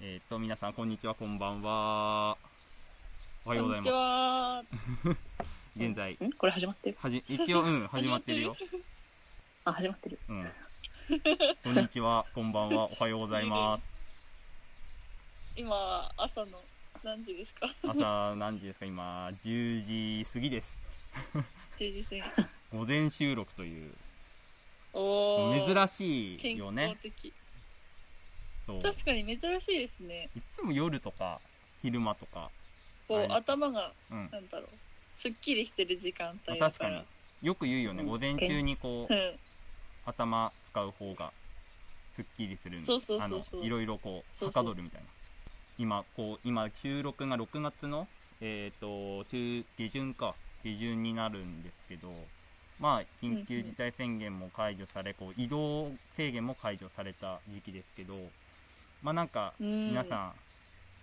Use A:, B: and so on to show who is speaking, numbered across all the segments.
A: えーっと、皆さん、こんにちは、こんばんは。お
B: お
A: はようございま
B: は。
A: す。現在、
B: んこれ始まってる
A: はじ、一応、 うん、始まってるよ。
B: あ、始まってる。
A: うん。こんにちは、こんばんは、おはようございます。
B: 今、朝の何時ですか
A: 朝、何時ですか、今、10時過ぎです。
B: ?10 時過ぎ。
A: 午前収録という、
B: おー。
A: 珍しいよね。
B: 健康的。
A: そう。
B: 確かに珍しいですね。
A: いつも夜とか、昼間とか、
B: こ
A: あ
B: う
A: れ、です
B: 頭が、
A: うん。
B: なんだろう。すっきりしてる時間
A: まあ
B: 帯だ
A: 確
B: か
A: からに。。よく言うよね、
B: うん
A: 午前中にこう
B: う、ん。
A: 頭使う方がすっきりするんで
B: そうそうそうそう
A: あのいろいろこう
B: そうそう
A: はかどるみたいな今こう今収録が6月のえっ、と中下旬か下旬になるんですけどまあ緊急事態宣言も解除されこう移動制限も解除された時期ですけどまあなんか
B: うん
A: 皆さ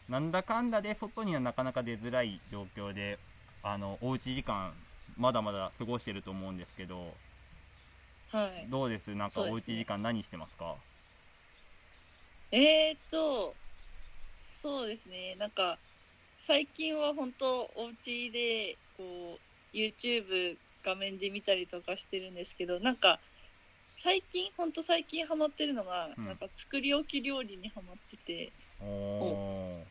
A: ん、なんだかんだで外にはなかなか出づらい状況であのおうち時間まだまだ過ごしてると思うんですけど
B: はい。
A: どうですなんか
B: そうです
A: お
B: ね
A: うち時間何してますか
B: えーっと、そうですね。なんか、最近は本当お家で、こう、YouTube 画面で見たりとかしてるんですけど、なんか、最近、本当最近ハマってるのが、
A: うん
B: なんか作り置き料理にハマってて、っ
A: おお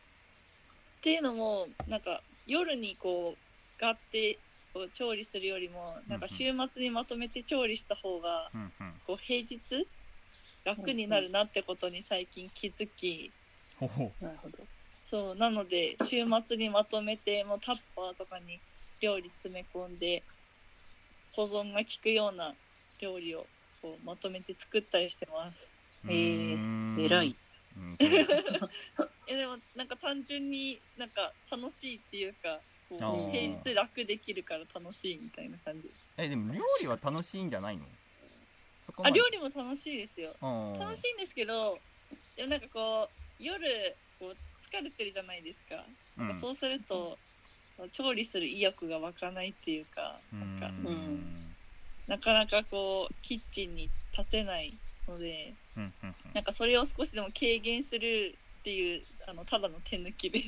B: ていうのも、なんか夜にこう、がってこう調理するよりも、なんか
A: うんうん
B: 週末にまとめて調理した方が、
A: うんうん
B: こう、平日楽になるなってことに最近気づき、
A: ほほ
C: なるほど。
B: そう、なので、週末にまとめて、もうタッパーとかに料理詰め込んで、保存が効くような料理をこうまとめて作ったりしてます。
C: えー
A: ー
C: 偉い。
A: うんそう
B: えでも、なんか単純になんか楽しいっていうか、こう
A: あー
B: 平日楽できるから楽しいみたいな感じ。
A: えでも料理は楽しいんじゃないのそこ
B: あ、料
A: 理
B: 理も楽しいですよ。楽
A: 楽
B: しいんですけど、でもなんかこう、夜、こう疲れてるじゃないですか。
A: うん
B: そうすると、調理する意欲が湧かないっていうか、
A: う
B: なんか、
C: うんん
B: なかなかこう、キッチンに立てないので、
A: うんうん
B: なんかそれを少しでも軽減するっていう、あの、ただの手抜きです。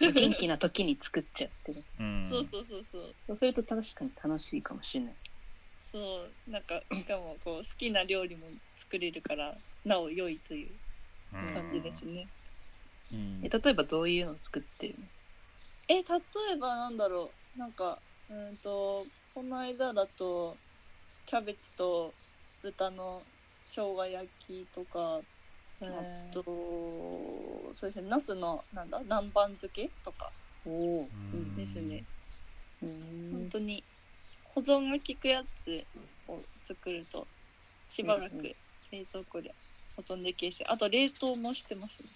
C: 元気な時に作っちゃってる。
A: うん
B: そうそうそうそう。
C: そうすると確かに楽しいかもしれない。
B: そう、なんか、しかもこう、好きな料理も作れるから、なお良いという
A: うん
B: 感じですね。
A: い
C: え、
A: い
C: 例えばどういうのを作ってる
B: え、例えばなんだろう、なんか、うーんと、この間だと、キャベツと豚の生姜焼きとか、あと、そうですね、茄子の、なんだ、南蛮漬けとか
C: のおお。
A: うん
B: ですね。
C: う
B: 本
C: ん。
B: 当に、保存が効くやつを作ると、しばら
C: うんう
B: く冷蔵庫で保存できるし、あと冷凍もしてますね。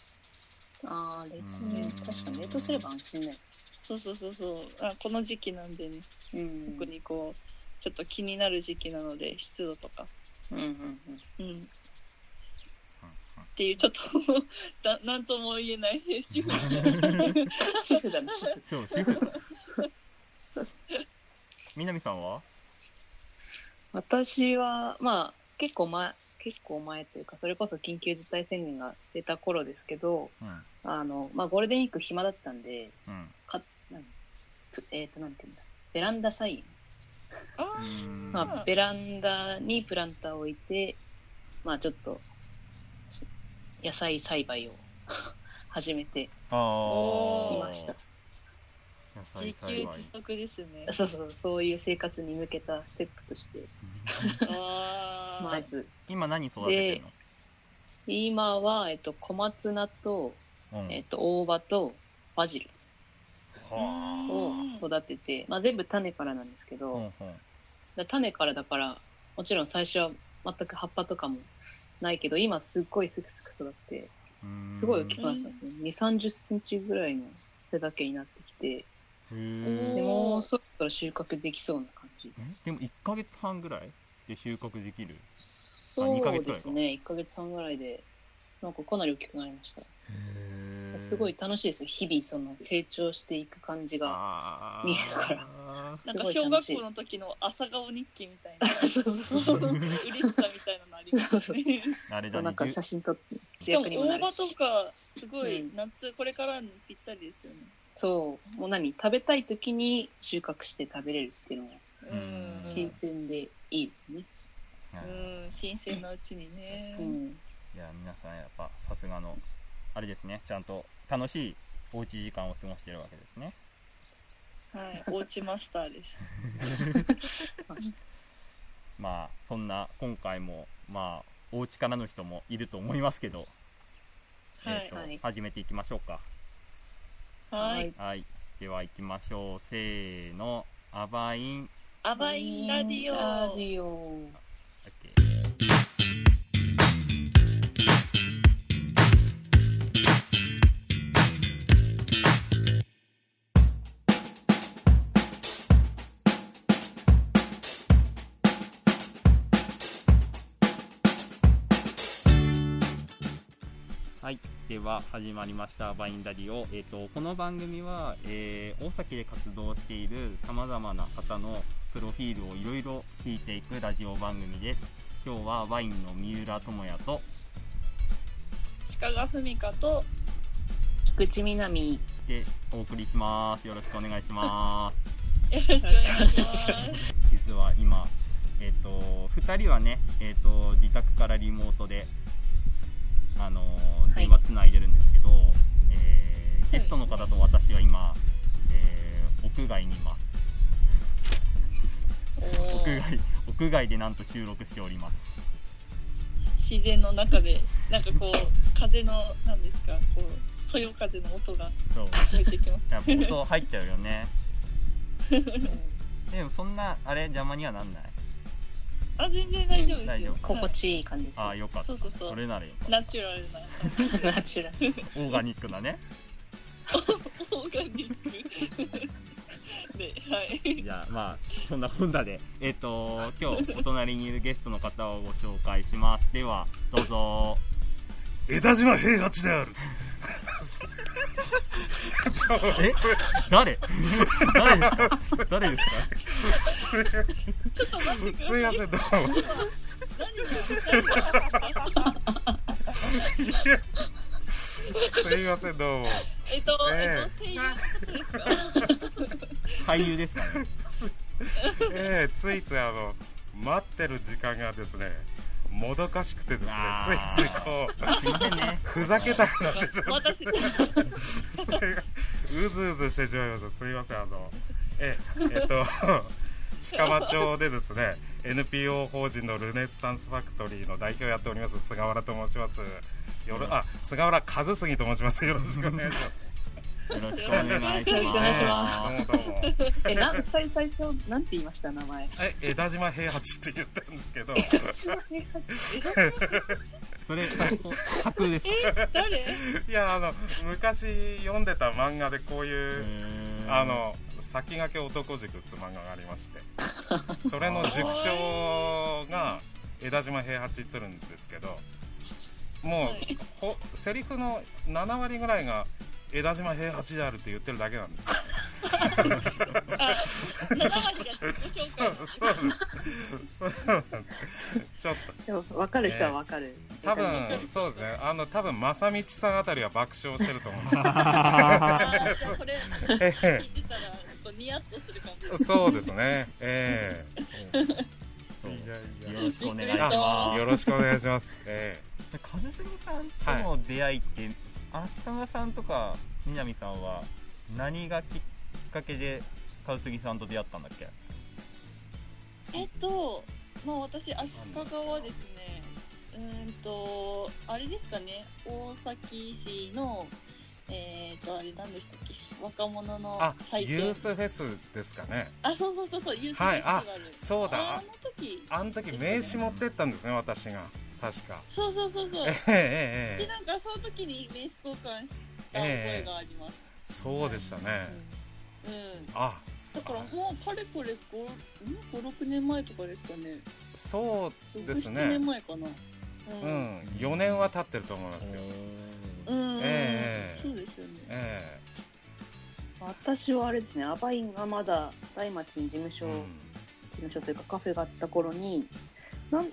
C: ああ、冷
A: うん
C: 凍ね。確かに冷凍すれば安心ね。
B: そうそうそうそう、あこの時期なんでね、
C: うん
B: 特にこう、ちょっと気になる時期なので、湿度とか。
C: うんうん
B: うん。
A: うん
B: っていう、ちょっとだ、なんと も言えない主婦
C: うん。主婦だね、主婦。
A: うんそう主婦だ南さんは
C: 私は、まあ、結構前、結構前というか、それこそ緊急事態宣言が出た頃ですけど、
A: うん
C: あの、まあ、ゴールデンウィーク暇だったんで、
A: うん
C: か、なんぷえっ、と、なんて言うんだ。ベランダ菜園
A: う
B: あ
A: ん
C: まあ、ベランダにプランターを置いて、まあ、ちょっと野菜栽培を 始めて、
A: あー
B: い
C: ました
A: 野
B: あ、
A: 菜
B: 自
A: 栽
B: 給
A: 培
B: 自足ですね。
C: そうそう、そういう生活に向けたステップとして、
B: ああ、
C: まず、
A: 今何育ててる
C: 今は、えっと、小松菜と、
A: のうん
C: えっと、大葉とバジルを
A: は
C: 育てて、まあ、全部種からなんですけ
A: あ
C: ど、
A: うんうん
C: だ種からだから、もちろん最初は全く葉っぱとかもないけど、今すっごいすくすく育って、すごい大きくなったんですね。2、30センチぐらいの背丈になってきて、
A: へー
B: おー
C: でもうそろそろ収穫できそうな感じ。
A: えでも1ヶ月半ぐらいで収穫できる
C: そ
A: 二ヶ
C: う
A: 月ぐ
C: で
A: らいか
C: すね、1ヶ月半ぐらいで、なんかかなり大きくなりました。すごい楽しいですよ、日々その成長していく感じが。
A: が
C: 見えるから
B: なんか小学校の時の朝顔日記みた いな、
C: そうそうそう。
B: 嬉しさみたいなのありますね。
A: あれだ
C: なん
A: ね
C: か
A: じゅ
C: 写真撮って、節約にもな
B: 大
C: る
B: 葉
C: し
B: とか、すごい
C: うん
B: 夏、これからにぴったりですよね。
C: そうもう何食べたい時に収穫して食べれるっていうのが
A: うん
C: 新鮮でいいですね、
A: はい
B: うん、新鮮なうちにね。
C: うん
A: いや皆さんやっぱさすがのあれですねちゃんと楽しいおうち時間を過ごしてるわけですね
B: はい、おうちマスターです。
A: まあそんな今回もまあお家からの人もいると思いますけど、
B: は
A: え
B: い
A: ーと
C: はい
A: 始めていきましょうか
B: は
C: はい
B: い。
A: はいでは行きましょうせーのアバイン
B: アバインラジオ。
C: ラジオ
A: OK はい、では始まりました「バインダリオ」えー、とこの番組は、えー大崎で活動しているさまざまな方のプロフィールをいろいろ聞いていくラジオ番組です今日はワインの三浦智也と
B: 鹿賀文香と、
C: 菊池みなみ
A: でお送りしますよろしくお願いします
B: よろしくお願いします。
A: 実は今えっ、と2人はねえっ、と自宅からリモートであのー
C: はい
A: 電話つないでるんですけど、えーゲストの方と私は今、えー屋外にいます
B: お
A: 屋
B: ー
A: 外屋外でなんと収録しております
B: 自然の中で、なんかこう、風の、なんですか、こう、そよ風の音が
A: そう
B: 聞こえて きます。
A: やっぱ音入っちゃうよねでもそんなあれ邪魔にはなんない
B: あ、全然大丈夫ですよ。
A: 大丈夫
C: 心地いい感じです、
A: ああよかった
B: そうそうそう
A: れならよかった
B: ナチュラルな感じ。
C: ナチュラル
A: オーガニックなね
B: オーガニック。 で、はい。
A: じゃあまあそんな本田でえっ、と 今日お隣にいるゲストの方をご紹介しますではどうぞ
D: 枝島平八である。
A: え誰 誰ですか誰ですか
D: すいません、どうも。すいません、どうも。
B: えっと、え
D: え
B: っと、声優で
A: 俳優で
B: すか。
A: すかね
D: えー、ついついあの、待ってる時間がですね、もどかしくてですね
A: あー、
D: ついついこう、
A: すいませんね
D: ふざけたくなってしま
B: ま
D: って、
B: た、
D: す いうずうずしてしまいました。すいません、あの、えー、えっと、鹿間町でですね、NPO 法人のルネッサンスファクトリーの代表をやっております、菅原と申します。よろあ、菅原和杉と申します。よろしくお願いします。
A: よろしくお願いし
C: よろしくお願いし
A: ま
C: ま
A: ーす
D: どうもどうも。
C: えな最最初なんて言いました名前
D: え、枝島平八って言ったんですけど、
A: それ架空ですか
B: 誰。
D: いや、あの、昔読んでた漫画でこう
A: へ
D: いう、
A: ー
D: あの、先駆け男塾って漫画がありまして、それの塾長が枝島平八っつるんですけど、も
B: は
D: う、ほ、セリフの7割ぐらいが、枝島平八であるって言ってるだけなんですよ。
B: あ、七割が自己紹
D: そ
B: 介
D: う、。そうです。そうなんです。ちょっと。
C: でも分かる人は分かる、
D: 多分そうですねあの多分正道さんあたりは爆笑してると思うんです
B: あ、これ、
D: け
B: 聞いてたら、こうニヤッとする感じ。
D: どそうですねえ
A: そ
D: え
A: う
D: い
A: よろしくお願いし
D: あ
A: ます
D: よろしくお願いしますえ
A: で和澄さんとの出会いって、足利さんとか南さんは何がきっかけで和杉さんと出会ったんだっけ
B: えっと、まあ、私、足利はですね、うーんと、あれですかね、大崎市の、えっ、と、あれ、なんでしたっけ、若者
D: え
B: の
D: あ
B: 祭
D: ユ
B: 典
D: ー。スフェスですかね
B: あ、そうそうそうそう、ユースフ
D: は
B: ェ
D: い
B: スティバル。
D: そう
B: あ
D: だ
B: の時、
D: あの時名刺持ってったんですね私が確か
B: そうそうそうそう
D: え。ええ
B: で、
D: えええ
B: なんか、その時に名刺交換した覚えがあります。
D: そうでしたね
B: うん。
D: あ
B: だ
D: そ
B: から、もう、かれこれ5、5、6年前とかですかね。
D: そうです
B: 6
D: ね
B: 年前かな。
D: う
B: うん。
D: ん4年は経ってると思いますよ
B: うん。
D: ええ
B: そうですよね。
D: え
C: 私はあれですねアバインがまだ大町に事務
D: え
C: 所、
D: う
C: 事
D: ん
C: 務所というかカフェがあった頃になん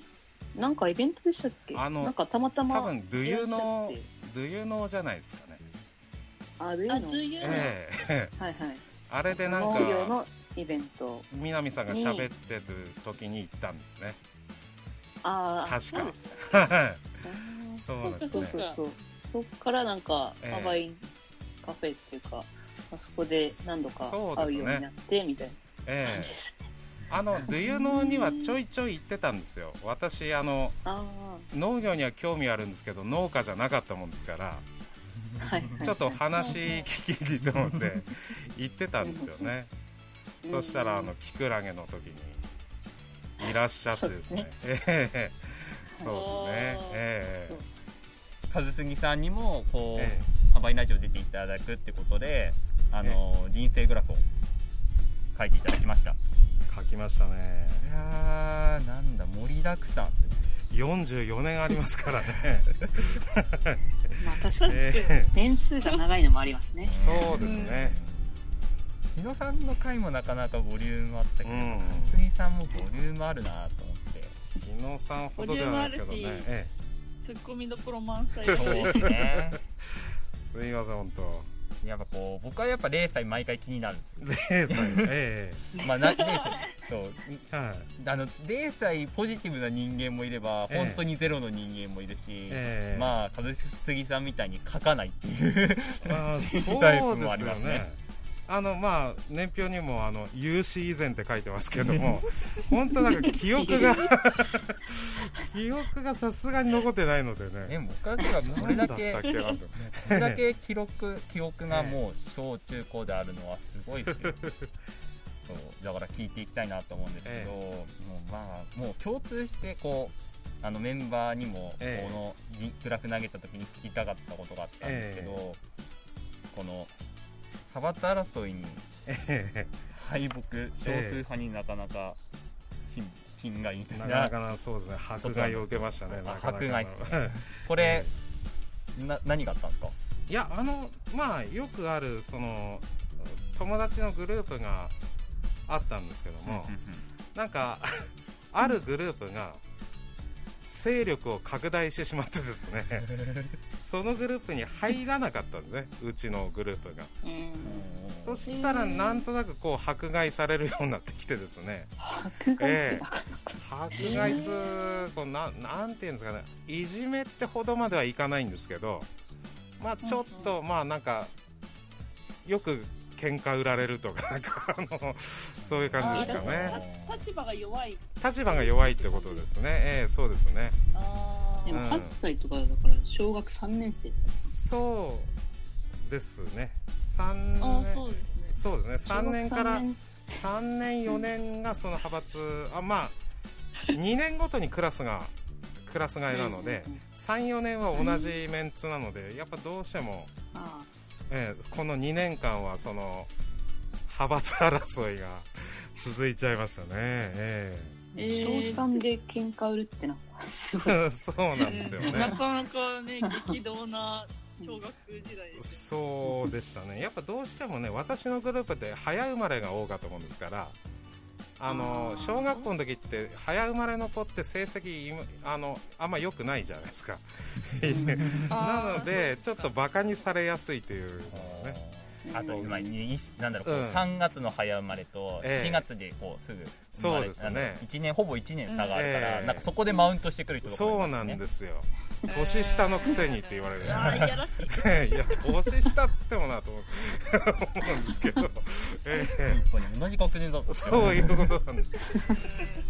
C: なんかイベントでしたっけ
D: あの
C: なんかたまたま。
D: 多分、ドゥユ
C: やっ
D: の
C: てて、
D: ドゥユのじゃないですかね。
C: あ、ドゥユ
B: あ、
C: の。
B: ずゆの。
D: ええ
C: はいはい。
D: あれでなん
C: 農業
D: か、
C: のイベント。
D: 南さんが喋ってる時に行ったんですね。
C: ああ、
D: 確か
C: か。
D: はい そうなんです
C: そう
D: ね
C: そ。うそう。そっからなんか、
D: ええ
C: ハワイカフェっていうか、まあそこで何度か
D: そう
C: 会
D: で
C: う
D: す
C: ようにな
D: ね
C: っ。て、みたいな。
D: ええあの、ドゥユノにはちょいちょい行ってたんですよ。私、あの、
C: あ
D: 農業には興味あるんですけど、農家じゃなかったもんですから、
C: あ、はい、はい。
D: ちょっと話聞きにと思って行ってたんですよね。
C: うん
D: そしたらあのキクラゲの時にいらっしゃってですね。ええそうですね。ええ
A: 和杉さんにもこう、
D: え
A: ハワイラジオ出ていただくってことであの、人生グラフを書いていただきましたい
D: え書きましたね。
A: やーなんだ盛りだくさんですね
D: 44年ありますからね。
C: まあ確かに
D: え
C: 年数が長いのもあります
D: え
C: ね。
D: そうですね。
A: 日野さんの回もなかなかボリュームあったけど、
D: うん
A: 和杉さんもボリュームあるなと思って
D: 日野さんほどではないですけどね。
B: ボリュームあるし
D: え
B: ツッコミどころ満載
A: そう
B: で。
A: ですね
D: えすいません本当。
A: やっぱこう僕はやっぱ0歳毎回気になるんですよ
D: レイさんえ
A: まあな0歳 そう
D: えはい
A: あの0歳ポジティブな人間もいれば
D: ええ
A: 本当にゼロの人間もいるし、
D: ええ
A: まあ一杉さんみたいに書かないっていう
D: あー
A: タイ
D: そう
A: プ
D: で
A: もあ
D: す
A: り
D: よ
A: ますね
D: ね。あのまあ年表にもあの有史以前って書いてますけど も、本当なんか記憶が記憶がさすがに残ってないので
A: で
D: ね。
A: も僕はこれだけ
D: 何だったっけなと
A: これだけ記録 記憶がもう小中高であるのはすごいですよ そうだから聞いていきたいなと思うんですけど、
D: ええ
A: もうまあもう共通してこうあのメンバーにもこ
D: ええ
A: のグラフ投げた時に聞きたかったことがあったんですけど、この派閥争いに
D: え
A: 敗北少数派になかなか侵侵害みた
D: え
A: い
D: な
A: な
D: かなかなそうですね迫害を受けましたね。なかなか
A: 迫害っすねこ
D: こ
A: れ、な何があったんですか
D: いやあのまあよくあるその友達のグループがあったんですけども、なんか あるグループが勢力を拡大してしまってですねそのグループに入らなかったんですねうちのグループが
C: うん。
D: そしたらなんとなくこう迫害されるようになってきてですね
C: 迫害 ってなかなか。
D: 迫害つこうななんていうんですかねいじめってほどまではいかないんですけどまあちょっとまあなんかよく喧嘩売られるとかなんかあのそういう感じですかね。
B: あ立場が弱い。
D: 立場が弱いってことですね。ええそうですね。
B: あ
C: で
B: ー
C: も
D: うん
C: 8歳とかだから小学3年生。
D: そうですね。三
B: あー、
D: 年。
B: そうですね。
D: そうで
C: 小学
D: すね。三年から
C: 三年
D: 三年四年がその派閥、あまあ二年ごとにクラスがクラス替えなので
C: うんうんうん、
D: 三四年は同じメンツなので、やっぱどうしても、
C: あ
D: ええこの二年間はその派閥争いが続いちゃいましたね。え
C: あ倒産で喧嘩売るってな。すごい。
D: えそうなんですよね。
B: なかなかね、激動な小学時代です。
D: そうでしたね。やっぱどうしてもね、私のグループって早生まれが多かったもんですから、あの
C: あ、ー
D: 小学校の時って早生まれの子って成績、今あの、あんま良くないじゃないですか。 なので、ちょっとバカにされやすいというのがね。
A: あと、まあ、になんだろう、こ
D: う
A: うん3月の早生まれと
D: ええ
A: 4月でこうすぐ生ま
D: そう
A: れ
D: ですね
A: あの一年ほぼ1年差があるから、
D: ええ
A: なんかそこでマウントしてくる人とか
D: そうなん
A: す
D: ですよ。年下のくせにって言われる。
B: あーいやらしい。
D: いや、年下っつってもなと思う思うんですけ ど、ええ
A: 本当に同じ学年だと
D: そういうことなんですよ。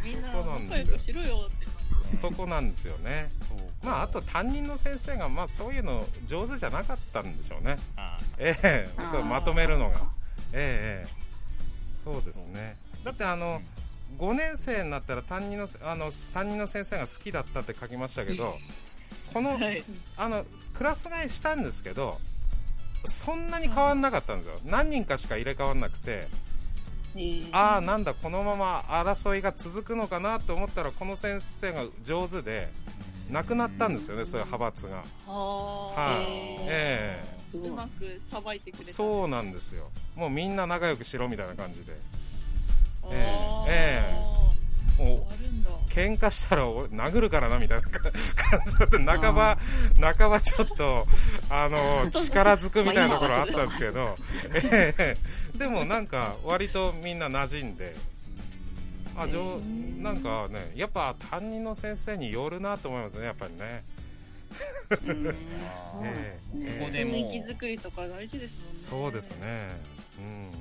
B: みんな
D: そうなん
B: 仲
D: で
B: 良
D: すよ
B: くしろよって感
D: そこなんですよね。まあ、あと担任の先生が、まあ、そういうの上手じゃなかったんでしょうね。
A: あ
D: ええ
C: あー
D: そうまとめるのが。ええええそうですね。だってあ
A: ー
D: の、5年生になったら担任のせあの担任の先生が好きだったって書きましたけど、この
B: じ。はい。
D: あのクラス替えしたんですけどそんなに変わんなかったんですよ何人かしか入れ替わんなくてああなんだこのまま争いが続くのかなと思ったらこの先生が上手でなくなったんですよねそういう派閥が。
B: は
D: はい、ええ
C: すご
B: い。
C: いう
B: まくさばいてくれた。
D: そうなんですよもうみんな仲良くしろみたいな感じで
B: あー。
D: ええええも
B: あるんだ。
D: 喧嘩したら俺殴るからなみたいな感じだって半ば半ばちょっとあの力ずくみたいなところあったんです けど、ええでもなんか割とみんな馴染んであじょなんかねやっぱ担任の先生によるなと思いますねやっぱりね。
A: あー
D: ええ
C: うん
D: ええ
A: ここで
B: 雰
A: も
B: 囲気作りとか大事ですもんね。
D: そうです。ね。うん。
A: ま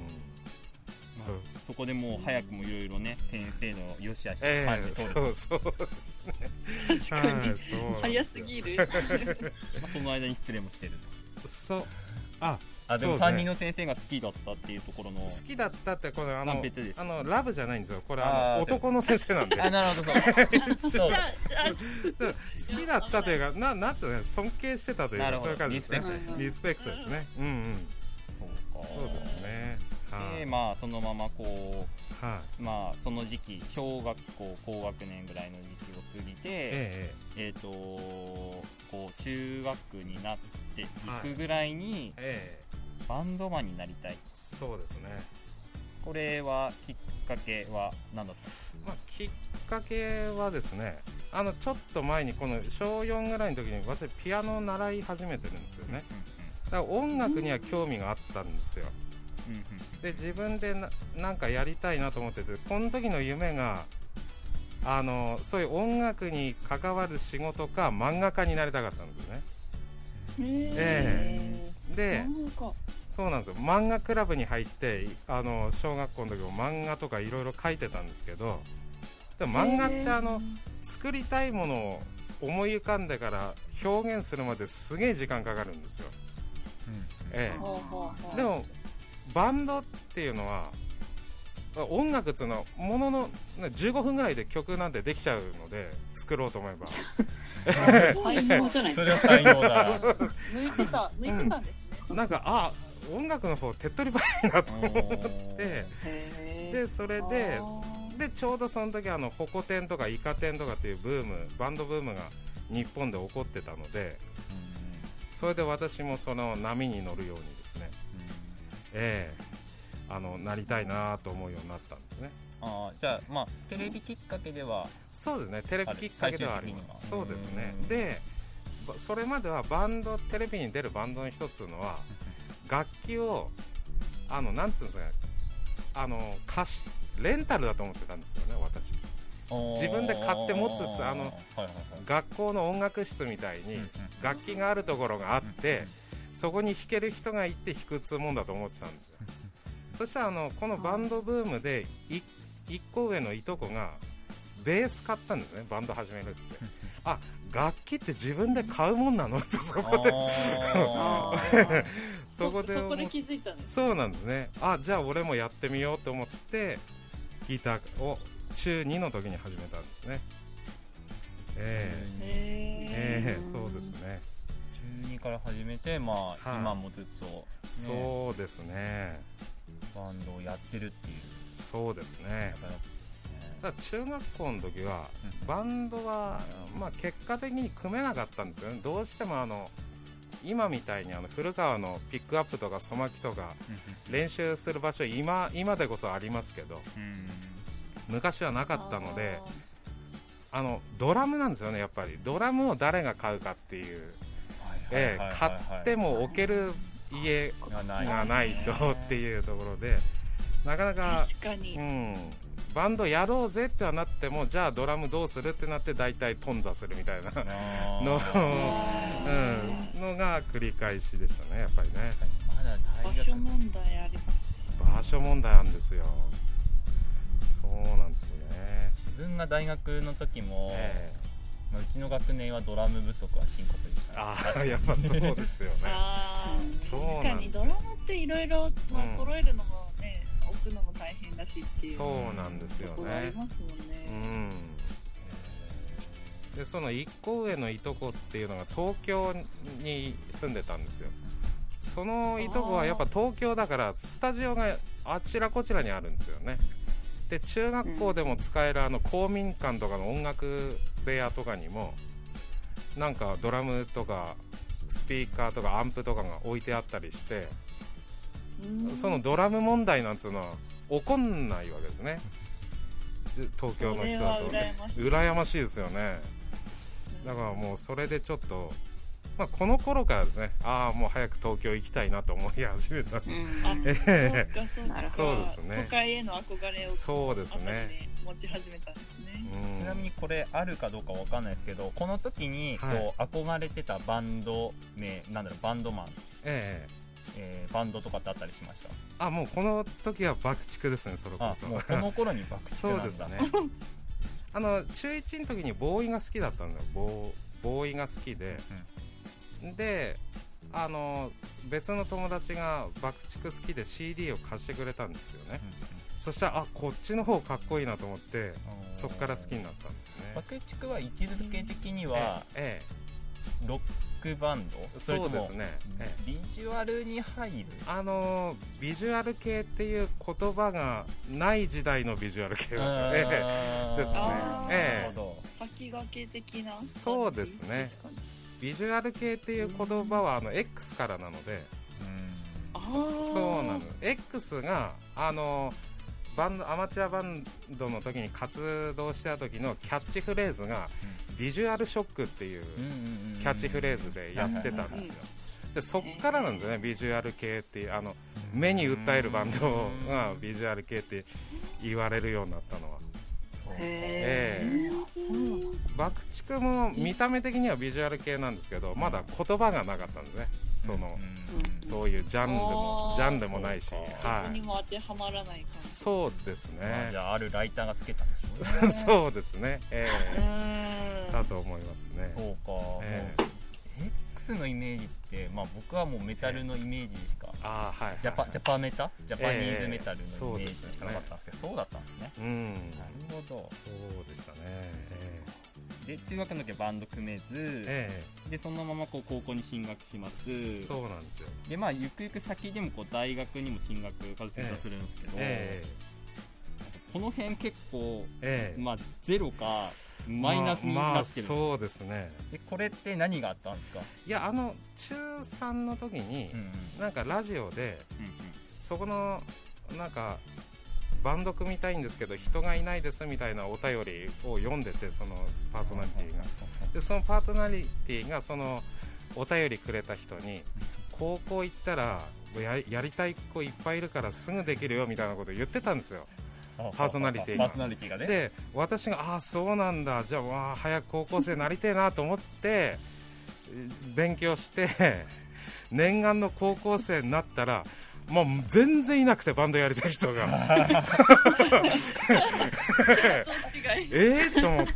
A: あ
D: そう。
A: そこでもう早くもいろいろね先生の良し悪し
D: え
A: が
D: え
A: 入って
D: そうそうですね。
B: 確か
D: はい
B: に。
D: そう
B: 早すぎ る。
A: まあ、その間に失礼もしてると
D: そう。あ、
A: あでも
D: そうですね
A: 担任の先生が好きだったっていうところの
D: 好きだったってこれあ
A: ま
D: の
A: あ別です
D: あのラブじゃないんですよ。これ
A: あ
D: あ
A: ー
D: の男の先生 なんで。
A: あなるほどそうそう
D: そう好きだったというかななんていうの尊敬してたという
A: なる
D: か
A: ほ
D: そ う
A: ど
D: いう感じですね
A: リス。
C: ペクト
D: リスペクトですね。うんうん。
A: か
D: そうですね。はい
A: でまあそのままこ
D: は
A: う
D: い。
A: まあその時期小学校高学年ぐらいの時期を過ぎてえ
D: え
A: っ、とこう中学になってい
D: はい
A: くぐらいに
D: えええ
A: バンドマンになりたい
D: そうですね。
A: これはきっかけは何だったんです
D: まあ、きっかけはですねあのちょっと前にこの小4ぐらいの時に私ピアノを習い始めてるんですよねだから音楽には興味があったんですよ
A: うんうん
D: で自分でななんかやりたいなと思っててこの時の夢があのそういう音楽に関わる仕事か漫画家になりたかったんですよね
B: え
D: で
B: なんか。
D: そうなんですよ漫画クラブに入ってあの小学校の時も漫画とかいろいろ書いてたんですけどでも漫画ってあの、作りたいものを思い浮かんでから表現するまですげえ時間かかるんですよ、え
B: はあはあは
D: え、
B: あ
D: でもバンドっていうのは音楽っていうのはもののね15分ぐらいで曲なんてできちゃうので作ろうと思 えば
C: 才能じゃない
A: それは才能だ
B: 抜いてた、抜いてたんですね。
D: なんかあ音楽の方手っ取り早いなと思って
C: へ
D: でそれで
B: あー
D: でちょうどその時あのホコ天とかイカ天とかっていうブームバンドブームが日本で起こってたのでそれで私もその波に乗るようにですねええあのなりたいなと思うようになったんですね
A: ああじゃあまあテレビきっかけでは
D: そうですねテレビきっかけではあり
A: あ
D: ま
A: れ
D: す
A: 最終
D: そう
A: 的には
D: ですね
A: うん
D: でばそれまではバンドテレビに出るバンドの一つのは楽器をあのなんつうんですかねあの貸しレンタルだと思ってたんですよね私自分で買って持つつあの
A: はいはいはい
D: 学校の音楽室みたいに
A: うんうん
D: 楽器があるところがあっ
A: うん
D: てそこに弾ける人がいて弾くっつうもんだと思ってたんですよそしたらあのこのバンドブームでい一個上のいとこがベース買ったんですねバンド始めるっつってあ楽器って自分で買うもんなのってそこで
A: あ ー
D: そこで
B: そ
D: 思
B: こ
D: っ
B: で気づいたんです。
D: そうなんですねあじゃあ俺もやってみようと思ってギターを中2の時に始めたんですねえ
B: へ
D: えええそうですね
A: 中二から始めてまあ、
D: はい
A: 今もずっと、ね、
D: そうですね
A: バンドをやってるっていう
D: そうですね
A: だから、
D: ただ中学校の時は
A: うん
D: バンドは、まあ、結果的に組めなかったんですよねどうしてもあの今みたいにあの古川のピックアップとかソマキとか練習する場所今今でこそありますけど
A: うん
D: 昔はなかったのであのドラムなんですよねやっぱりドラムを誰が買うかってい
A: はい
D: う、
A: はい
D: え
A: はいはい
D: え買っても置ける家
A: がない
D: がないとっていうところでなかなか
B: 確か
D: う
B: に。
D: ん、バンドやろうぜってはなってもじゃあドラムどうするってなって大体頓挫するみたいな、
A: あー
D: の
A: 確かに
D: うん、のが繰り返しでしたねやっぱりね
A: まだ
B: 場
A: 大学
B: 所問題あります。
D: 場所問題あるんですよそうなんですね
A: 自分が大学の時も、
D: え
A: まあ、うちの学年はドラム不足は深刻でした、
D: え
A: ね、
D: ああやっぱそうですよね
B: ああ、
D: そう
B: 確
D: な
B: か
D: んで
B: に
D: す
B: ド
D: よ
B: ラマっていろいろ、まあ、揃えるのもね、置くのも大変だしっていう。
D: そうなんです
B: と
D: よ
B: ころあり
D: ね
B: ますもん
D: う
B: ね。
D: んでその一個上のいとこっていうのが東京に住んでたんですよそのいとこはやっぱ東京だからスタジオがあちらこちらにあるんですよねで中学校でも使えるあの公民館とかの音楽部屋とかにもなんかドラムとかスピーカーとかアンプとかが置いてあったりして
B: うん
D: そのドラム問題なんつうのは起こんないわけですね東京の人だと
B: これは羨ましい
D: 羨ましいですよねだからもうそれでちょっと、まあ、この頃からですねああもう早く東京行きたいなと思い始めた
B: あ
C: う
D: ええ
B: そっかそっ
C: なる
B: か
C: ほど
D: そうですね
B: 都会への憧れを
D: そうですね
B: 後に持ち始めたんですね。
D: うん
A: ちなみにこれあるかどうかわかんないですけどこの時に
D: はい
A: こう憧れてたバンド名なんだろうバンドマン、
D: ええ
A: えーバンドとかってあったりしました
D: あもうこの時は爆竹ですねそれこ
A: あ
D: そ
A: もうこの頃に爆竹
D: そ
A: なん
D: う
A: だ
D: ですねあの中1の時にボーイが好きだったんだよボーボーイが好きでであの別の友達が爆竹好きで CD を貸してくれたんですよねそしたらあこっちの方かっこいいなと思ってそっから好きに
A: な
D: なったんですよね
A: 爆竹は位置づけ的には
D: え
A: ロックバンド
D: え
A: それ
D: そ
A: と
D: うで
A: も
D: すね、ええ
A: ビジュアルに入る
D: あのビジュアル系っていう言葉がない時代のビジュアル系だった、ええ
A: あー
D: ですね
A: な
D: ええ
A: るほど
B: 先駆け的な。
D: そうですね。ビジュアル系っていう言葉はあの X からなので
A: うん
B: ああ。
D: そうなの。X があのバンドアマチュアバンドの時に活動してた時のキャッチフレーズが「ビジュアルショック」っていう
A: うんうんうん
D: キャッチフレーズでやってたんですよでそっからなんですよねビジュアル系っていうあの目に訴えるバンドがビジュアル系って言われるようになったのは
A: そうか
C: へえ。そうなんだ
D: 爆竹も見た目的にはビジュアル系なんですけどまだ言葉がなかったんですねその
A: うん
D: そういうジャンルも
B: あー
D: ジャンルもないし
A: そうか
B: ここ
D: は
B: に
D: い
B: も当てはまらない感じ。
D: そうです
A: まあ
D: ね
A: じゃああるライターがつけたんでしょうね
D: そうですね、え
B: う
D: え
B: ーん。
D: だと思いますね
A: そうか、
D: え
A: もう X のイメージって、まあ、僕はもうメタルのイメージでしか、
D: ああはいはい
A: ジャパジャパメタジャパニーズメタル
D: ええそ
A: の
D: う
A: イメー
D: で
A: ジ
D: す
A: し
D: よね
A: かなかったんですけど、そうだったんですね
D: うん
A: なるほ
D: そうでしたねえ
A: どで中学の時はバンド組めず、
D: ええ
A: でそのままこう高校に進学しま
D: え
A: す
D: そうなんですよ
A: でまあゆくゆく先でもこう大学にも進学和正さんするんですけど、
D: え
A: この辺結構
D: えええ
A: まあゼロかマイナスに
D: まあま
A: なってるん
D: あ
A: ですよ、
D: そうですね
A: でこれって何があったんですか、
D: いやあの中3の時に、
A: うん
D: なんかラジオでそこのなんかバンド組みたいんですけど人がいないですみたいなお便りを読んでてそのパーソナリティがでそのパーソナリティがそのお便りくれた人に高校行ったらややりたい子いっぱいいるからすぐできるよみたいなこと言ってたんですよパーソナリティが
A: パーソナリティがね
D: で私がああそうなんだじゃあわあ早く高校生になりてえなと思って え勉強して 念願の高校生になったらもう全然いなくてバンドやりたい 人が
B: 違い。
D: ええと思って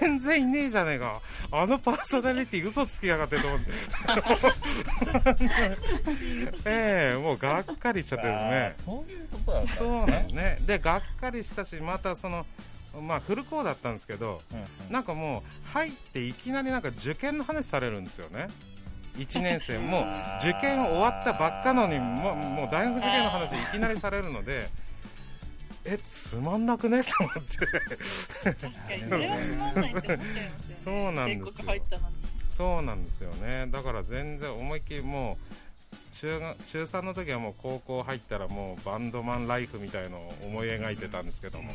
D: 全然いねえじゃねえかあのパーソナリティ嘘つきやがってと思って ええもうがっかりしちゃってですね
A: あーそういうことだったんです
D: そう
A: ね
D: なのねでがっかりしたしまたそのまあフルコーだったんですけど
A: うんうん
D: なんかもう入っていきなりなんか受験の話されるんですよね1年生もう受験終わったばっかのにもうもう大学受験の話いきなりされるのでえつまんなくねと 思って
B: 確かに。それはつまんないって思っちゃいますよね。
D: そうなんですよ
B: 全国入ったのに。
D: そうなんですよねだから全然思いっきりもう中が中3の時はもう高校入ったらもうバンドマンライフみたいのを思い描いてたんですけども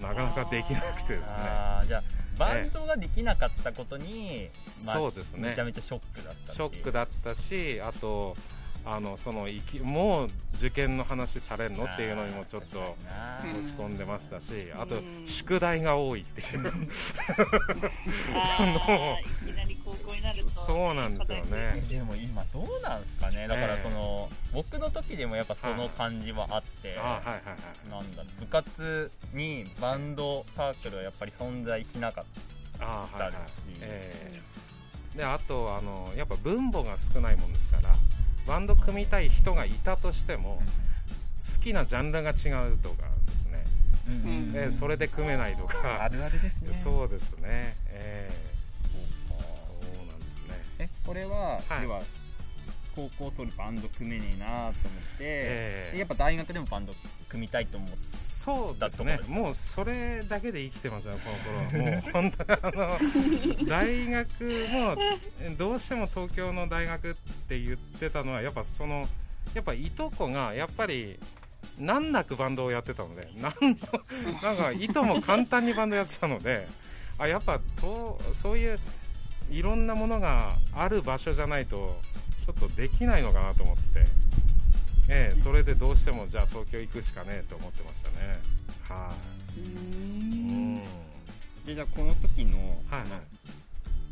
D: なかなかできなくてですね
A: あーじゃあバンドができなかったことに、まあ
D: そうですね
A: めちゃめちゃショックだった
D: ショック
A: だ
D: だったしあとあのそのいきもう受験の話されるのっていうのにもちょっと
B: ー
D: 落ち込んでましたしあと
B: うん
D: 宿題が多いっていう
B: ああ。いきなり高校になると。
D: そうなんですよね
A: でも今どうなんですかねだからその、僕の時でもやっぱその感じはあって、
D: あはいはいはい
A: なんだろう部活にバンドサークルはやっぱり存在しなかった
D: あはいはい
A: だし
D: ええであとあのやっぱ分母が少ないもんですからバンド組みたい人がいたとしても好きなジャンルが違うとかですね
B: うん
D: でそれで組めないと
A: あ
D: か
A: るあるですね
D: そうですねえ
A: そうか
D: えそうなんですね
A: えこれは、
D: はい
A: 要は高校取るバンド組めねえなと思って、
D: ええ
A: でやっぱ大学でもバンド組みたいと思って
D: そうです
A: だ
D: ね
A: と思
D: もうそれだけで生きてましたねこの 頃はもう本当にあの大学もどうしても東京の大学って言ってたのはやっぱそのやっぱいとこがやっぱり難なくバンドをやってたのでなんのなんかいとも簡単にバンドやってたのであやっぱとそういういろんなものがある場所じゃないとちょっとできないのかなと思って、ええ、それでどうしてもじゃあ東京行くしかねえと思ってましたねは
C: う
D: い、うん
C: ん
A: でじゃあこの時の、
D: はいはい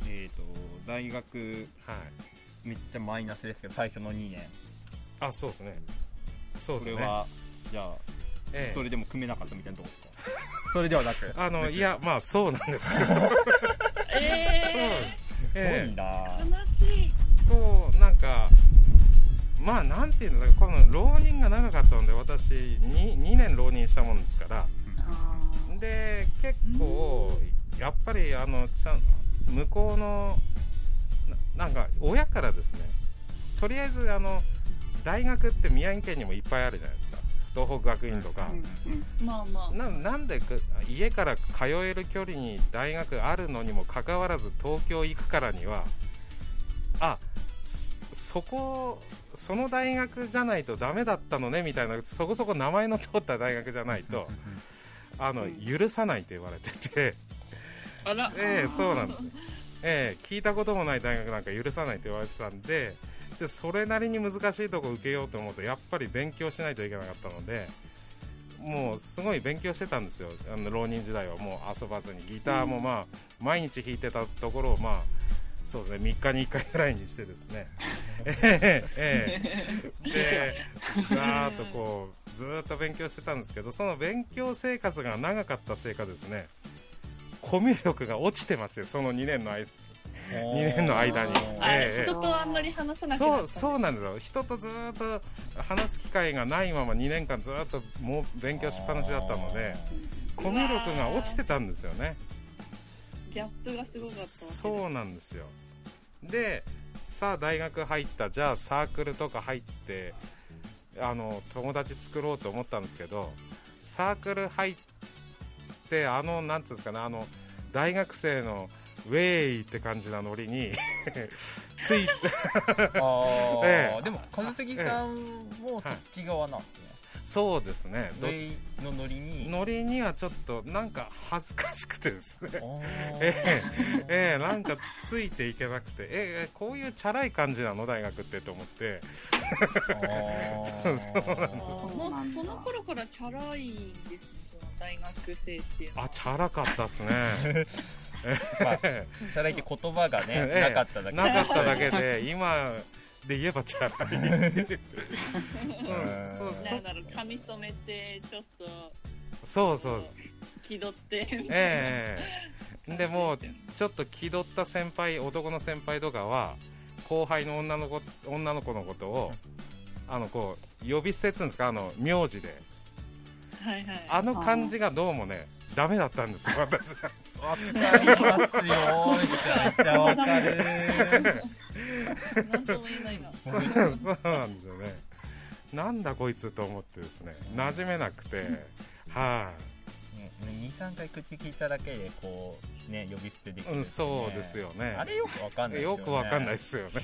A: えっ、と大学
D: はい
A: めっちゃマイナスですけど最初の2年
D: あそうですねそう
A: こ
D: です
A: れ
D: ね
A: はじゃあ
D: ええ
A: それでも組めなかったみたいなとこですかそれではなく
D: あの
A: 別に
D: いやまあそうなんですけどそう
B: え
D: す
A: すご
D: え
A: い
D: え
A: な
B: ー、悲しい。
D: こうなんかまあなんていうんですかこの浪人が長かったので私 2, 2年浪人したもんですから
C: あー
D: で結構やっぱりあのちゃん向こうのななんか親からですねとりあえずあの大学って宮城県にもいっぱいあるじゃないですか東北学院とか
C: う、んうん
B: まあまあ。
D: ななんでく家から通える距離に大学あるのにもかかわらず東京行くからにはあそそこその大学じゃないとダメだったのねみたいなそこそこ名前の通った大学じゃないとあの
C: うん
D: 許さないと言われてて、
B: あら。
D: ええそうなんですよ、ええ聞いたこともない大学なんか許さないと言われてたんででそれなりに難しいとこ受けようと思うとやっぱり勉強しないといけなかったのでもうすごい勉強してたんですよあの浪人時代はもう遊ばずにギターもまあ毎日弾いてたところをまあそうですね3日に1回ぐらいにしてです ねええええでざーっとこうずーっと勉強してたんですけどその勉強生活が長かったせいかですねコミュ力が落ちてましてその2年の間
A: 2
D: 二年の間に
B: あ
D: ええ
B: 人とあんまり話さなくなったね
D: そうそうなんですよ人とずーっと話す機会がないまま2年間ずーっともう勉強しっぱなしだったのでコミュ力が落ちてたんですよね
B: ギャップがすごかったわけだ。
D: そうなんですよでさあ大学入ったじゃあサークルとか入ってあの友達作ろうと思ったんですけどサークル入ってあのなんていうんですかねあの大学生のウェイって感じなノリに ついて
A: ああ、
D: ええ
A: でも和樹さんもそっち側なんですね、
D: そうですねどっ
A: 上のノリに
D: ノリにはちょっとなんか恥ずかしくてで すね
A: あー
D: えええなんかついていけなくてええこういうチャラい感じなの大学ってと思って
A: あー
D: そうなんで
B: あーもうその頃からチャラいんですね。その大学生っていうのは。
D: あチャラかった っすねえ
A: チャラいって言葉がね、
D: ええ
A: なかっただ
D: え
A: け
D: なかっただけで今で言えばチャラいって いうそうそう
B: なんだろう髪染めてちょっと
D: そうそうです
B: 気取って
D: ええでもうちょっと気取った先輩男の先輩とかは後輩の女の子女の子のことをあのこう呼び捨てっつうんですかあの名字で
B: はいはい
D: あの感じがどうもねダメだったんですよ私 は
A: わかりますよめちゃめちゃわかる
B: なんとも言えないな
D: そうそうなんですよねなんだこいつと思ってですね馴染めなくてはい、
A: 23回口聞いただけでこうね呼び捨てできる
D: うんん、
A: ですね
D: そうですよね
A: あれよくわかんないですよ、
D: よ
A: ね、
D: くわかんないです よね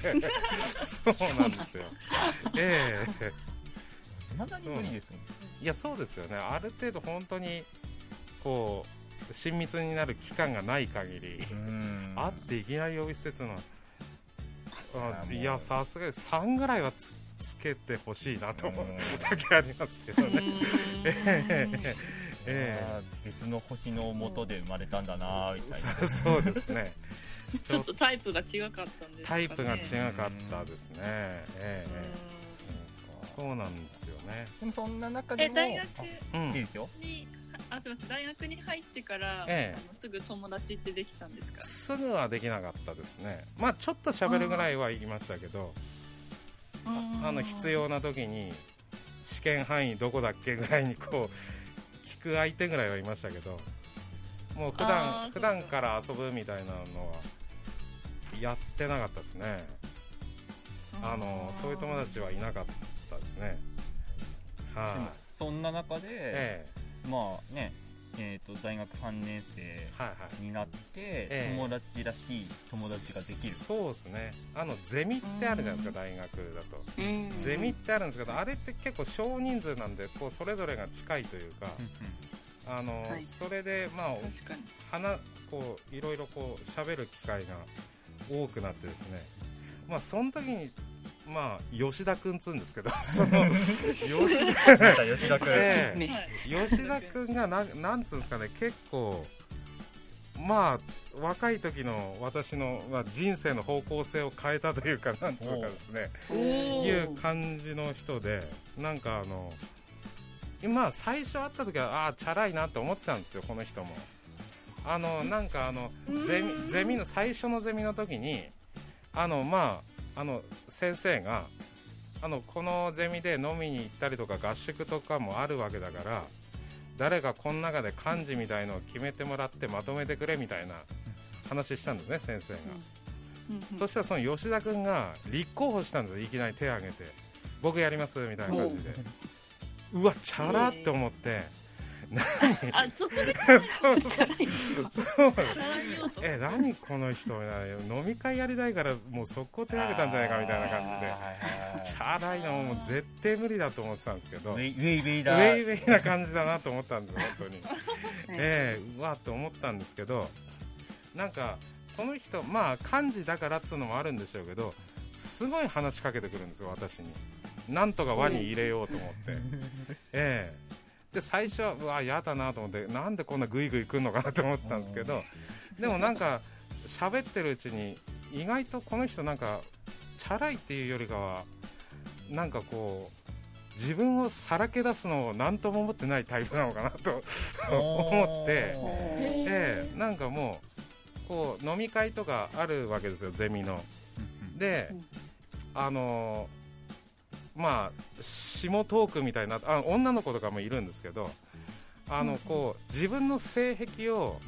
D: そうなんですよええ
A: まだに無理ですもん
D: いやそうですよねある程度本当にこう親密になる期間がない限り、
A: うん
D: あっていきなり呼び捨てつうのはあ
A: あもう
D: いやさすがに3ぐらいはつつけてほしいなと思う
A: うん
D: だけありますけどね、 えええ
A: あー別の星の下で生まれたんだなみたいな
D: えそうですねち
B: ちょ
D: ょ
B: っ
D: っと
B: とタイプが違かったんですか
D: タ
B: ね
D: イプが違かったですね、ええええそうなんですよね
A: でもそんな中
B: え
A: でも
B: 大学
A: あ
D: う
A: いい
D: ん
A: ですよ
B: にあすみません大学に入ってから、
D: ええ
B: あのすぐ友達ってできたんですか
D: すぐはできなかったですねまあちょっと喋るぐらいは言いましたけど、ああの必要な時に試験範囲どこだっけぐらいにこう 聞く相手ぐらいはいましたけどもう普
B: あ
D: 段
B: ー
D: 普段から遊ぶみたいなのはやってなかったですねあのそういう友達はいなかったですね
A: でも
D: はい、
A: そんな中で、
D: え
A: まあねえー、と大学3年生
D: はいはい
A: になって、
D: ええ
A: 友達らしい友達ができる
D: そうですねあのゼミってあるじゃないですか大学だ
C: う
D: と
C: ん
D: ゼミってあるんですけどあれって結構少人数なんでこうそれぞれが近いというか
A: うんうん
D: あの、
C: はい
D: それでまあ
B: 確かに。
D: 話こういろいろこう喋る機会が多くなってですねまあその時にまあ吉田くんつうんですけど その吉田
A: なんか吉田君、
D: ええ
C: ね
B: はい。
D: 吉田君がななんつうんですかね結構まあ若い時の私の、まあ、人生の方向性を変えたというかなんつうかですね
B: お
D: いう感じの人でなんかあのまあ最初会った時はああーチャラいなって思ってたんですよこの人もあのなんかあのゼミゼミの最初のゼミの時にあのまああの先生があのこのゼミで飲みに行ったりとか合宿とかもあるわけだから誰がこの中で漢字みたいのを決めてもらってまとめてくれみたいな話したんですね先生が、そしたらその吉田君が立候補したんですよいきなり手を挙げて僕やりますみたいな感じでうわチャラって思って、
B: あ、そこで
D: そうそうそう
B: 絡みようと。
D: え何この人みたいな飲み会やりたいからもう速攻手挙げたんじゃないかみたいな感じでチャラいなもう絶対無理だと思ってたんですけど
A: ウェ
D: ウ
A: イウェイウェイだ
D: ェイウェイな感じだなと思ったんですよ本当に。
C: はい
D: ええうわと思ったんですけどなんかその人まあ漢字だからっつうのもあるんでしょうけどすごい話しかけてくるんですよ私になんとか輪に入れようと思って、ええで最初はうわ嫌だなと思ってなんでこんなグイグイ来るのかなと思ったんですけどでもなんか喋ってるうちに意外とこの人なんかチャラいっていうよりかはなんかこう自分をさらけ出すのを何とも思ってないタイプなのかなと 思
A: おー
D: って
B: へー
D: ええなんかもうこう飲み会とかあるわけですよゼミの。で、
C: うん
D: あのーまあ下トークみたいなあ女の子とかもいるんですけどあ
B: う
D: の、
B: ん
D: こう自分の性癖を、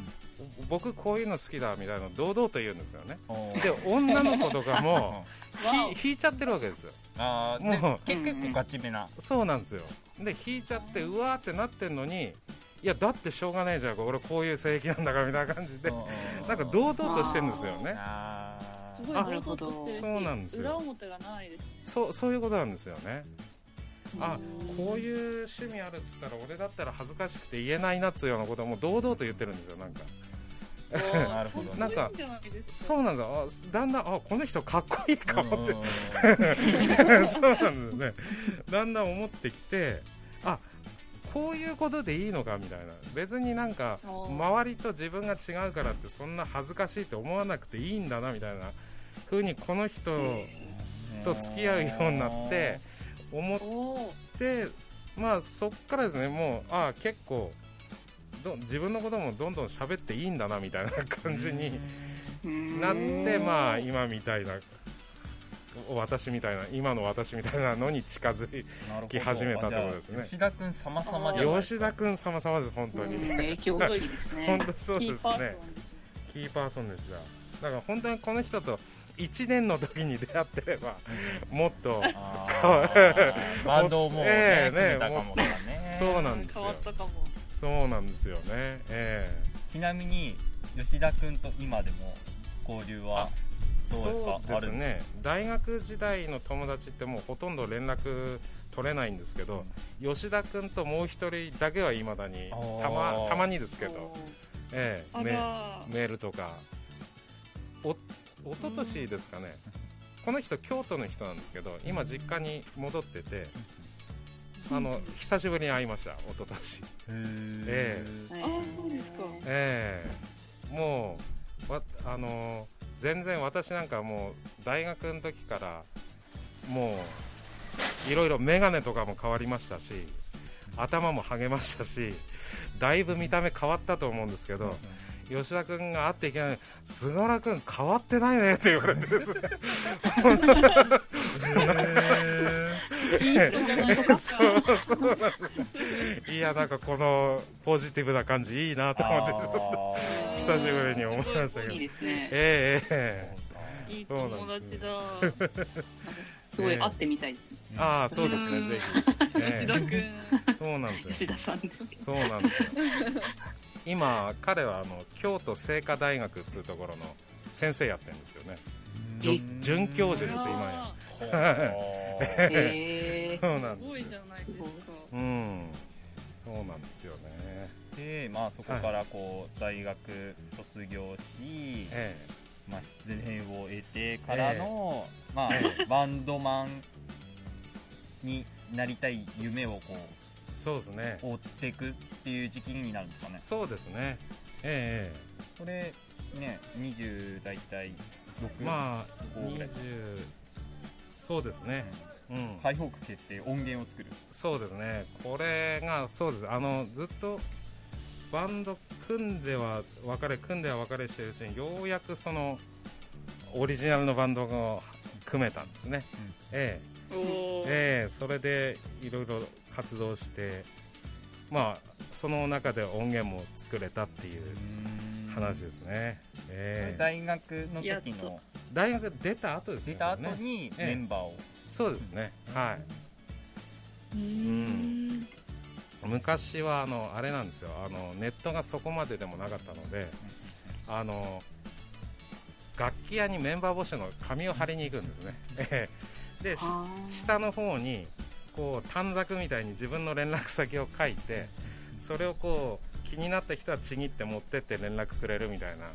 D: 僕こういうの好きだみたいなのを堂々と言うんですよね。
A: おー
D: で女の子とかも
A: あ
B: わお
D: ひ引いちゃってるわけですよ。
A: あーで
D: もう
A: け結構ガチめな
D: そうなんですよで引いちゃってうわーってなってんのにいやだってしょうがないじゃん俺こういう性癖なんだからみたいな感じでなんか堂々としてるんですよね
A: あ
B: すごい
D: あ
B: 堂々としてるし
D: そうなんですよ
B: 裏表がないですね。
D: そうそういうことなんですよねあ
B: うん
D: こういう趣味あるっつったら俺だったら恥ずかしくて言えないなっつうようなことをもう堂々と言ってるんですよなんか
B: おー
A: なるほど
D: なんか
B: そういうんじゃないです
D: そうなんですよあだんだんあこの人かっこいいかもって
A: て
D: そうなんですねだんだん思ってきてあこういうことでいいのかみたいな別になんか
B: おー
D: 周りと自分が違うからってそんな恥ずかしいって思わなくていいんだなみたいな風にこの人 と付き合うようになって思っ
B: おー
D: てまあそっからですねもうああ結構ど自分のこともどんどん喋っていいんだなみたいな感じになってまあ今みたいな私みたいな今の私みたいなのに近づいき始めたところですね
A: じゃあ吉田君様様じゃない
D: 吉田君様様です本当に
C: うん影響大きいですね
D: 本当そう
B: キ
D: で
B: ー
D: す
B: パー
D: ね
B: ソンですね
D: キーパーソンでしただから本当にこの人と1年の時に出会ってればもっと
A: あ
D: わ
A: ーバンドをもう
D: え
A: ね 組め
D: えね
A: たかもとかね
D: そうなんです
B: 変
D: よ
B: わったかも。
D: そうなんですよねええ
A: ちなみに吉田君と今でも交流はどうですか
D: そうですね大学時代の友達ってもうほとんど連絡取れないんですけど、吉田君ともう一人だけはいまだに
A: あー
D: たまたまにですけど
B: お、ー
D: ええ
B: あ
D: メ
B: らー。
D: メールとかお一昨年ですかねこの人京都の人なんですけど今実家に戻っててあの久しぶりに会いました一昨年
A: へー
D: え
C: はい
B: あーそうですか
D: ええもうわあの全然私なんかもう大学の時からもういろいろ眼鏡とかも変わりましたし頭もハゲましたしだいぶ見た目変わったと思うんですけど吉田君が会っていけない「菅原君変わってないね」って言われてですね
B: いい人じゃないです
D: そ
B: か。
D: うそうなんですいやなんかこのポジティブな感じいいなと思ってちょっと
A: あー
D: 久しぶりに思いましたけ
C: いい
D: ど。
C: ですね
D: ええええ
B: いい友達だ。
C: すごい会ってみたいです
D: ああそうですね
B: うん
D: ぜひ、
C: 吉
D: ええ
C: 田君
D: そうなんです
C: 吉
D: よ
C: 田さんで
D: そうなんですよ今彼はあの京都精華大学っつうところの先生やってるんですよねじゅ准教授です今や
A: や
C: へ
D: そうな
B: す
D: んです
B: ごいじゃないですか。
D: うんそうなんですよね
A: で、まあ、そこからこう大学卒業し、
D: え
A: まあ、失恋を得てからの、まあ
D: え、
A: バンドマンになりたい夢をこ
D: えそうですね
A: う追っていくっていう時期になるんですかね
D: そうですねええええ
A: これね20大体6
D: まあ
A: こう
D: 20そうですね、うん、
A: 解放区決定音源を作る
D: そうですねこれがそうですあのずっとバンド組んでは別れ組んでは別れしてるうちにようやくそのオリジナルのバンドを組めたんですね、
A: うん
D: え
B: お
D: え
B: ー
D: ええそれでいろいろ活動してまあその中で音源も作れたっていう話ですね、ええ
A: 大学の
B: やっ
A: 時の
B: と
D: 大学出た後ですね
A: 出た後
D: これね
A: に
D: ええ
A: メンバーを、
D: そうですねは
B: う
D: い
B: ん
D: ん昔はあのあれなんですよあのネットがそこまででもなかったのであの楽器屋にメンバー募集の紙を貼りに行くんですね ええでし下の方にこう短冊みたいに自分の連絡先を書いてそれをこう気になった人はちぎって持ってって連絡くれるみたいな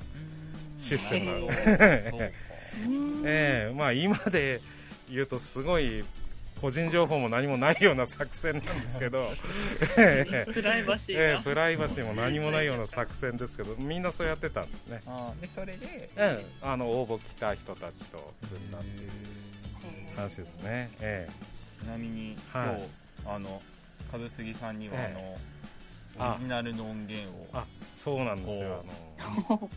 D: シス
C: テムな
A: の
C: の
D: ええまあ今で言うとすごい個人情報も何もないような作戦なんですけどええ
B: プライバシ
D: え
B: ー
D: え
B: が。
D: プライバシーも何もないような作戦ですけどみんなそうやってたんですね、
A: あーでそれで
D: ええあの応募来た人たちと分断っていう話ですね、え
A: ちなみに今日、
D: はい
A: あの株杉さんには、
D: ええ
A: あの
D: あ
A: オリジナルの音源を
D: えあそうなんですよあの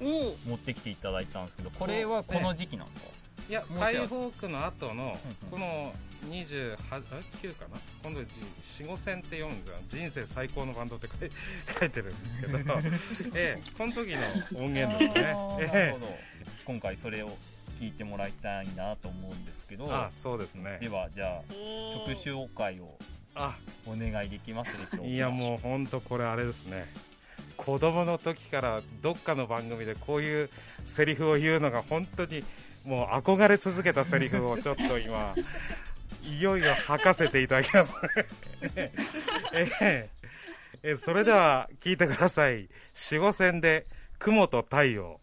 B: おー
A: 持ってきていただいたんですけどこれはこの時期なんですか、
D: いや
A: もう一回
D: 解放区の後の
A: うんうん
D: この28あ9かな今度45戦って読むんですよ人生最高のバンドって書い 書いてるんですけ ど、ええこの時の音源ですね
A: あーなる
D: え
A: ほど今回それを聞いてもらいたいなと思うんですけ
D: え
A: ど
D: あそうですね
A: ではじゃあ
B: お
A: 曲
B: ー
A: 紹介を
D: あ
A: お願いできますでしょうか
D: いやもうほんとこれあれですね子供の時からどっかの番組でこういうセリフを言うのが本当にもう憧れ続けたセリフをちょっと今いよいよ吐かせていただきます えええそれでは聞いてください「守護戦で雲と太陽」